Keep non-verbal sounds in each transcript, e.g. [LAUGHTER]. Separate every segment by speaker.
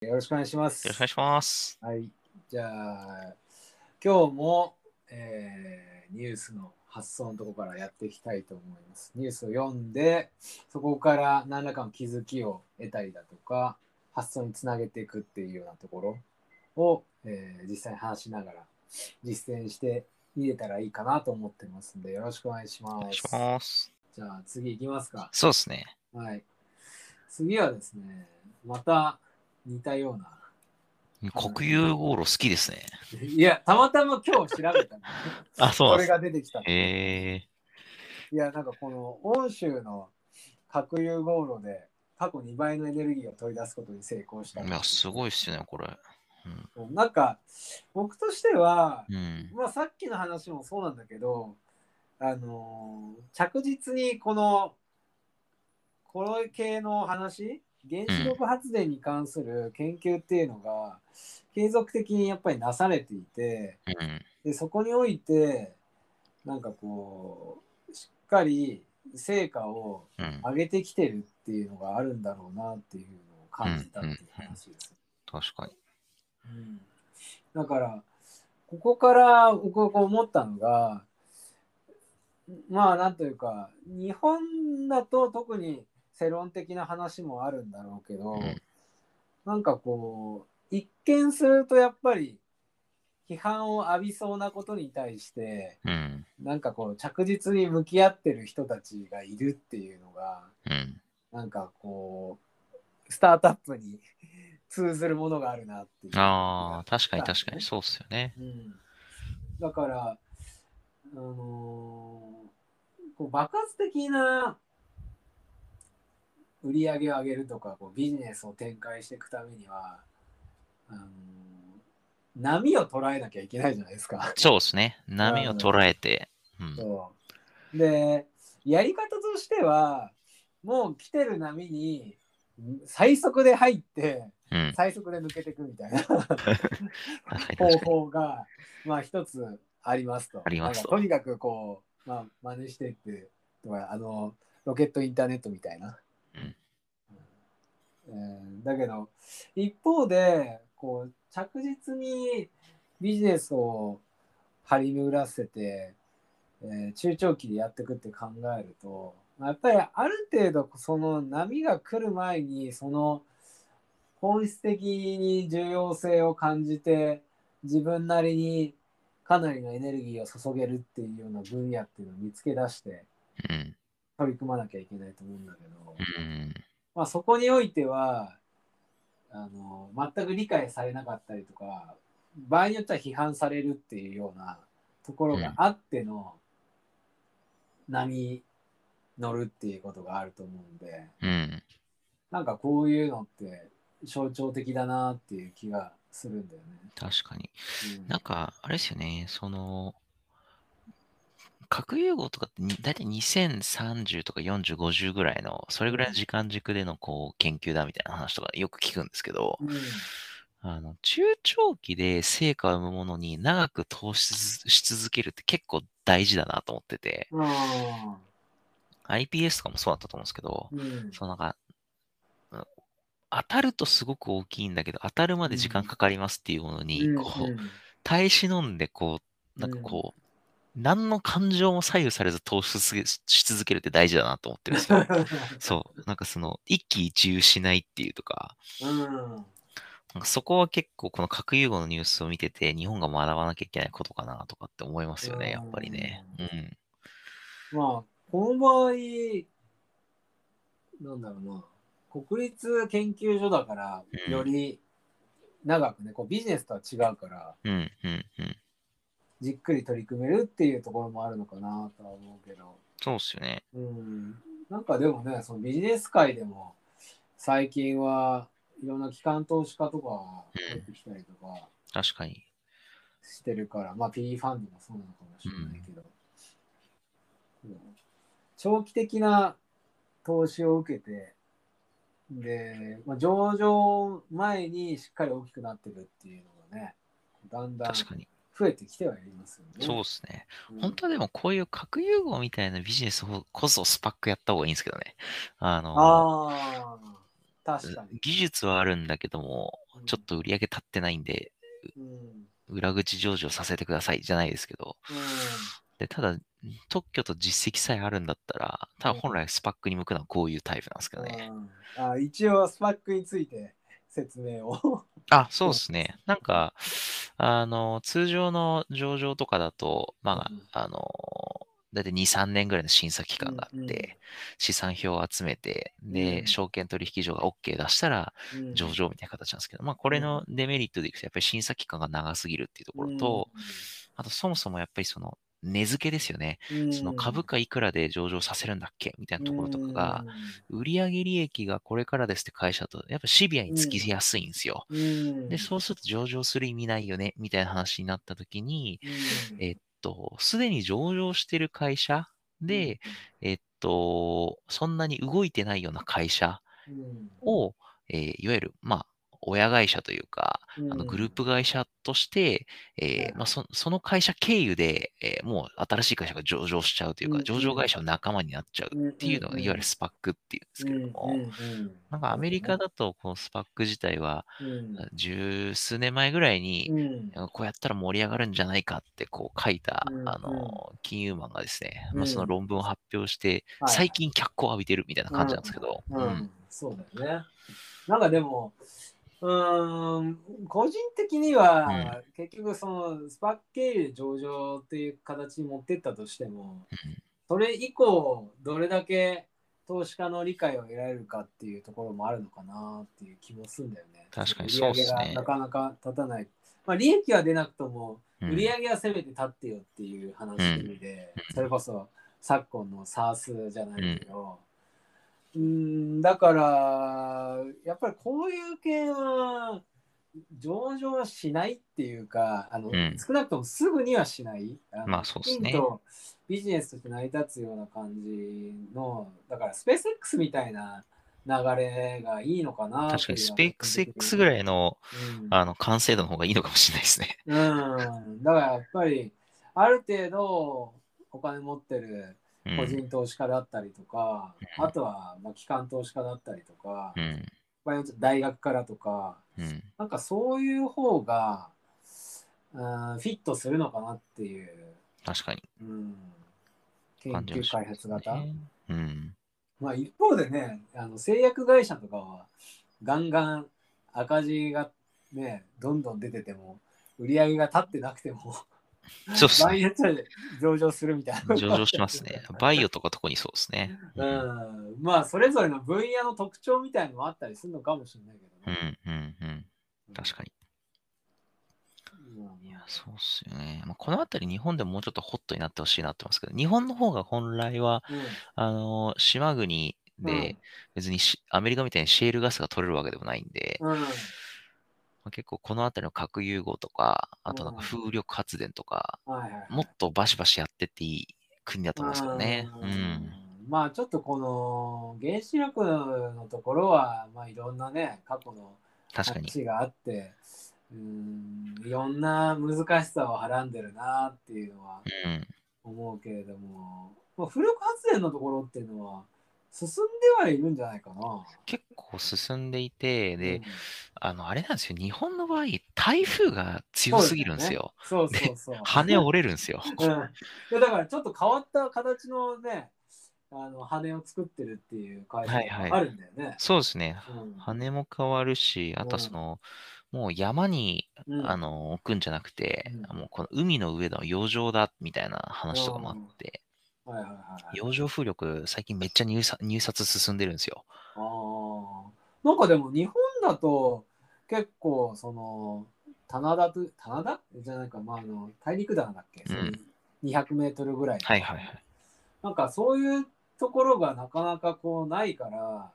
Speaker 1: よろしくお願いします。
Speaker 2: よろしくお願いします。
Speaker 1: はい。じゃあ、今日も、えーニュースの発想のところからやっていきたいと思います。ニュースを読んで、そこから何らかの気づきを得たりだとか、発想につなげていくっていうようなところを、えー実際に話しながら実践して見れたらいいかなと思ってますんで、よろしくお願いし
Speaker 2: お
Speaker 1: ま
Speaker 2: 願いし
Speaker 1: す。
Speaker 2: ます。
Speaker 1: じゃあ、次いきますか。
Speaker 2: そうですね。
Speaker 1: はい。次はですね、また似たような。
Speaker 2: 国有航路好きですね。
Speaker 1: いや、たまたま今日調べたの。
Speaker 2: [LAUGHS] あ、そうな
Speaker 1: こ
Speaker 2: んで
Speaker 1: れ
Speaker 2: すか。
Speaker 1: が出てきたの。
Speaker 2: え
Speaker 1: いや、なんかこの欧州の核融合炉で過去2倍のエネルギーを取り出すことに成功した
Speaker 2: ー、いや、すごいっすね、これ。
Speaker 1: なんか僕としては、
Speaker 2: うん。
Speaker 1: まあ、さっきの話もそうなんだけど、あのー着実にこのこの系の話原子力発電に関する研究っていうのが継続的にやっぱりなされていて、
Speaker 2: うん。
Speaker 1: でそこにおいてなんかこうしっかり成果を
Speaker 2: うん。
Speaker 1: 上げてきてるっていうのがあるんだろうなっていうのを感じたっていう話です。
Speaker 2: 確かに。
Speaker 1: うんだからここから僕がこう思ったのがまあなんというか日本だと特に世論的な話もあるんだろうけど、
Speaker 2: うん
Speaker 1: なんかこう一見するとやっぱり批判を浴びそうなことに対して
Speaker 2: うん。
Speaker 1: なんかこう着実に向き合ってる人たちがいるっていうのが
Speaker 2: うん。
Speaker 1: なんかこうスタートアップに通ずるものがあるなっていう。
Speaker 2: ああ、確かに確かに、そうっすよね。
Speaker 1: うんだから、あのーこう爆発的な売り上げを上げるとかこうビジネスを展開していくためには、あのー波を捉えなきゃいけないじゃないですか。
Speaker 2: そうですね。波を捉えて。うん。
Speaker 1: そうでやり方としてはもう来てる波に最速で入って
Speaker 2: うん。
Speaker 1: 最速で抜けていくみたいな。
Speaker 2: 確か
Speaker 1: 方
Speaker 2: に確かに。
Speaker 1: 法が、まあ、一つありますと。
Speaker 2: あります
Speaker 1: な
Speaker 2: と
Speaker 1: んかとにかくこう、まあ、真似してって、とか、あの、ロケットインターネットみたいな。
Speaker 2: うん
Speaker 1: うんだけど、一方で、こう、着実にビジネスを張り巡らせて、えー中長期でやっていくって考えると、まあやっぱりある程度その波が来る前にその本質的に重要性を感じて自分なりにかなりのエネルギーを注げるっていうような分野っていうのを見つけ出して
Speaker 2: うん。
Speaker 1: 取り組まなきゃいけないと思うんだけど、
Speaker 2: うん。
Speaker 1: まあ、そこにおいてはあの全く理解されなかったりとか場合によっては批判されるっていうようなところがあっての波乗るっていうことがあると思うんで
Speaker 2: うん。
Speaker 1: なんかこういうのって象徴的だなっていう気がするんだよね。
Speaker 2: 確かに。
Speaker 1: うん
Speaker 2: なんか、あれですよね、その、核融合とかってに、大体2030とか40、50ぐらいの、それぐらいの時間軸でのこう研究だみたいな話とかよく聞くんですけど、
Speaker 1: うん
Speaker 2: あの中長期で成果を生むものに長く投資し続けるって結構大事だなと思ってて、
Speaker 1: あ
Speaker 2: iPS とかもそうだったと思うんですけど、
Speaker 1: ーうん
Speaker 2: そのなんか、うん当たるとすごく大きいんだけど、当たるまで時間かかりますっていうものに、こう、
Speaker 1: うん
Speaker 2: 耐え忍んでこう、なんかこう、何の感情も左右されず投資すし続けるって大事だなと思ってるんですよ。そう。なんかその、一喜一憂しないっていうとか、
Speaker 1: うん
Speaker 2: なんかそこは結構この核融合のニュースを見てて、日本が学ばなきゃいけないことかなとかって思いますよね、やっぱりね。うん。
Speaker 1: まあ、この場合、なんだろうな、国立研究所だから、
Speaker 2: うん
Speaker 1: より長くね、こうビジネスとは違うから、
Speaker 2: うん、うん、うん。
Speaker 1: じっくり取り組めるっていうところもあるのかなとは思うけど、
Speaker 2: そうっすよね。
Speaker 1: うん、なんかでもね、そのビジネス界でも、最近はいろんな機関投資家とか出てきたりとか、
Speaker 2: 確かに。
Speaker 1: してるから、まあ PE ファンドもそうなのかもしれないけど、うん長期的な投資を受けて、で、まあ、上場前にしっかり大きくなってるっていうのがね、だんだん
Speaker 2: 確かに。
Speaker 1: 増えてきてはいますよね。
Speaker 2: そうっすね。
Speaker 1: うん
Speaker 2: 本当はでもこういう核融合みたいなビジネスこそスパックやった方がいいんですけどね。あの、
Speaker 1: ああ、確かに。
Speaker 2: 技術はあるんだけども、ちょっと売り上げ立ってないんで、
Speaker 1: うん、うん
Speaker 2: 裏口上場させてくださいじゃないですけど、で、ただ、特許と実績さえあるんだったら、多分本来スパックに向くのはこういうタイプなんですけどね。
Speaker 1: ああ一応スパックについて説明
Speaker 2: [LAUGHS]
Speaker 1: を。
Speaker 2: あ、そうですね。なんか、あの、通常の上場とかだと、ま
Speaker 1: うん
Speaker 2: あ、あの、だいたい2、3年ぐらいの審査期間があ
Speaker 1: う
Speaker 2: っ
Speaker 1: んうん
Speaker 2: て、資産表を集めて、
Speaker 1: う
Speaker 2: で、
Speaker 1: ん
Speaker 2: 証券取引所が OK 出したら
Speaker 1: うん
Speaker 2: 上場みたいな形なんですけど、まあ、これのデメリットでいくと、やっぱり審査期間が長すぎるっていうところと、あとそもそもやっぱりその、値付けですよね。
Speaker 1: うん
Speaker 2: その株価いくらで上場させるんだっけみたいなところとかが、、売上利益がこれからですって会社だと、やっぱシビアにつきやすいんですよ。
Speaker 1: うんうん、
Speaker 2: で、そうすると上場する意味ないよね、みたいな話になったときに、えっと、すでに上場してる会社で、えっと、そんなに動いてないような会社
Speaker 1: うん、うん
Speaker 2: を、えーいわゆる、まあ、親会社というか、あのグループ会社として、えーまあ、そその会社経由で、えーもう新しい会社が上場しちゃうという
Speaker 1: うんう
Speaker 2: か、
Speaker 1: ん
Speaker 2: 上場会社の仲間になっちゃうっていうのが、
Speaker 1: うんうんうん
Speaker 2: いわゆるスパックっていうんですけれど
Speaker 1: うん
Speaker 2: も、
Speaker 1: うんうん
Speaker 2: なんかアメリカだと、このスパック自体は、
Speaker 1: うん
Speaker 2: 十数年前ぐらいに、
Speaker 1: うん
Speaker 2: こうやったら盛り上がるんじゃないかってこう書いた、
Speaker 1: うん
Speaker 2: あの金融マンがですね、
Speaker 1: うん
Speaker 2: まあ、その論文を発表して、
Speaker 1: はい
Speaker 2: 最近脚光を浴びてるみたいな感じなんですけど、
Speaker 1: う
Speaker 2: うん
Speaker 1: ん、そうだよね。なんかでも、うーん、個人的には、結局そのスパッケール上場っていう形に持ってったとしても、それ以降、どれだけ投資家の理解を得られるかっていうところもあるのかなっていう気もするんだよね。
Speaker 2: 確かにそうっすね
Speaker 1: 売り上げがなかなか立たない。まあ、利益は出なくとも、
Speaker 2: うん
Speaker 1: 売り上げはせめて立ってよっていう話で、それこそ昨今の SARS じゃないけど、うーん、だから、やっぱりこういう系は上場はしないっていうか、あの
Speaker 2: うん
Speaker 1: 少なくともすぐにはしない。の
Speaker 2: まあそうっすね
Speaker 1: きちんとビジネスとして成り立つような感じの、だからスペース X みたいな流れがいいのかな
Speaker 2: 確かにスペックス X ぐ
Speaker 1: い
Speaker 2: らいの
Speaker 1: うん
Speaker 2: あの完成度の方がいいのかもしれないですね。
Speaker 1: うん、だからやっぱりある程度お金持ってる
Speaker 2: うん
Speaker 1: 個人投資家だったりとか、
Speaker 2: うん
Speaker 1: あとはまあ機関投資家だったりとか、
Speaker 2: うん
Speaker 1: まあ大学からとか
Speaker 2: うん
Speaker 1: なんかそういう方が、うん、フィットするのかなっていう、
Speaker 2: 確かに。
Speaker 1: うん、研
Speaker 2: 感じは
Speaker 1: 究
Speaker 2: しま
Speaker 1: 開発
Speaker 2: す
Speaker 1: 型、
Speaker 2: ねうん
Speaker 1: まあ一方でねあの製薬会社とかはガンガン赤字がねどんどん出てても売り上げが立ってなくても
Speaker 2: そうです
Speaker 1: 場合
Speaker 2: ね。
Speaker 1: によっては上場するみたいな。
Speaker 2: 上場しますね。バイオとか特にそうですね。
Speaker 1: う
Speaker 2: うん
Speaker 1: ん、まあそれぞれの分野の特徴みたいのもあったりするのかもしれないけ
Speaker 2: う
Speaker 1: どね。
Speaker 2: んうんうん。確かに。いや、そうっすよね。まあ、このあたり日本でももうちょっとホットになってほしいなって思うんですけど、日本の方が本来は、
Speaker 1: に。
Speaker 2: あの、島国
Speaker 1: うん、
Speaker 2: で、別にしアメリカみたいにシェールガスが取れるわけでもないんで、
Speaker 1: うん、うん、
Speaker 2: まあ結構このあたりの核融合とか、あとなん
Speaker 1: う
Speaker 2: か
Speaker 1: ん
Speaker 2: 風力発電とか、
Speaker 1: はいはい。
Speaker 2: もっとバシバシやってっていい国だと思うんですけどね。
Speaker 1: う
Speaker 2: うんん。
Speaker 1: まあちょっとこの原子力のところは、まあいろんなね、過去の
Speaker 2: 確かに。
Speaker 1: 話があって、うん、いろんな難しさをはらんでるなっていうのは
Speaker 2: うん。
Speaker 1: 思うけれども、まあ、風力発電のところっていうのは進んではいるんじゃないかな。
Speaker 2: 結構進んでいて、
Speaker 1: う
Speaker 2: で
Speaker 1: ん、
Speaker 2: あの、あれなんですよ。日本の場合、台風が強すぎるんですよ。
Speaker 1: そうそうそう。
Speaker 2: 羽折れるんですよ。
Speaker 1: [LAUGHS] うん、いやだからちょっと変わった形のね、あの羽を作ってるっていう会社
Speaker 2: はいはい
Speaker 1: があるんだよね。
Speaker 2: そうですね。
Speaker 1: うん
Speaker 2: 羽も変わるし、あとは
Speaker 1: うん
Speaker 2: その、もう山に、
Speaker 1: うん
Speaker 2: あの置くんじゃなくて、
Speaker 1: う
Speaker 2: もうこの海の上の洋上だみたいな話とかもあって、
Speaker 1: はいはいはいはい。
Speaker 2: 洋上風力、最近めっちゃ入札入札進んでるんですよ。
Speaker 1: あーなんかでも日本だと結構その棚田と棚田じゃないか、まあ、あの大陸棚だっけ、
Speaker 2: うん
Speaker 1: そういう200メートルぐらいの
Speaker 2: はいはいはい。
Speaker 1: なんかそういうところがなかなかこうないから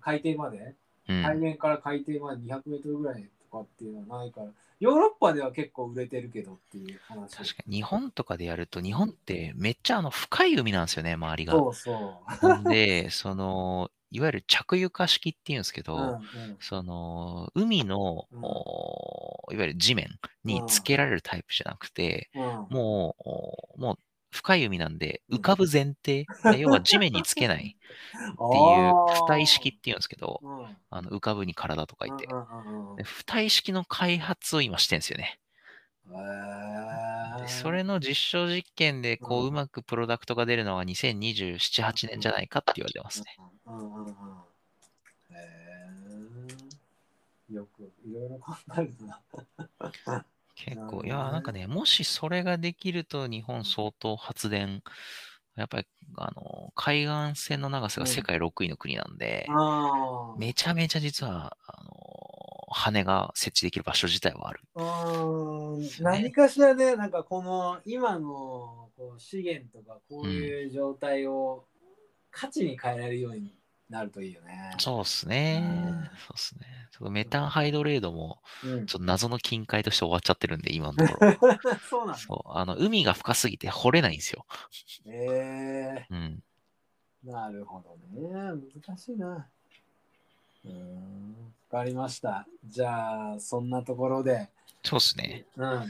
Speaker 1: 海底まで
Speaker 2: うん
Speaker 1: 海面から海底まで200メートルぐらいとかっていうのはないから、ヨーロッパでは結構売れてるけどっていう話。
Speaker 2: 確かに日本とかでやると、日本ってめっちゃあの深い海なんですよね、周りが。
Speaker 1: そうそ
Speaker 2: なんで、 [LAUGHS] その、いわゆる着床式っていうんですけ
Speaker 1: う。
Speaker 2: ど、
Speaker 1: うんうん
Speaker 2: その海の、
Speaker 1: うん
Speaker 2: おーいわゆる地面につけられるタイプじゃなくて、
Speaker 1: うん
Speaker 2: もう、おもう深い海なんで、浮かぶ前提、要は地面につけない
Speaker 1: っ
Speaker 2: っ
Speaker 1: ていう
Speaker 2: ていう、浮体式っていうんですけど、
Speaker 1: うん、
Speaker 2: あの浮かぶに体と書いて
Speaker 1: う、んうんうんうん
Speaker 2: で浮体式の開発を今してるんですよね。
Speaker 1: へ
Speaker 2: で
Speaker 1: ー
Speaker 2: それの実証実験で、こ
Speaker 1: う
Speaker 2: う、
Speaker 1: ん
Speaker 2: うまくプロダクトが出るのは2027、8年じゃないかって言われてますね。
Speaker 1: うんうんうんうんへーよくいろいろ考えるな。な
Speaker 2: 結
Speaker 1: るほど
Speaker 2: 構、
Speaker 1: ね
Speaker 2: いやー、なんかね、もしそれができると、日本相当発電、やっぱり、あの、海岸線の長さが世界6位の国なんで、
Speaker 1: あー
Speaker 2: めちゃめちゃ実は、あの、羽が設置できる場所自体はある。
Speaker 1: うーん
Speaker 2: ね
Speaker 1: 何かしらで、なんかこの今のこう資源とかこういう状態を価値に変えられるようになるといいよね。
Speaker 2: そうっすね
Speaker 1: うん。
Speaker 2: そうっすね。ちょっとメタンハイドレードも、
Speaker 1: うん
Speaker 2: ちょっと謎の近海として終わっちゃってるんで、今のところ。
Speaker 1: [LAUGHS] そうなんだ。
Speaker 2: そう。あの、海が深すぎて掘れないんですよ。
Speaker 1: え
Speaker 2: うん。
Speaker 1: ー、なるほどね。難しいな。うーん、わかりました。じゃあ、そんなところで、
Speaker 2: そうっすね。
Speaker 1: うん、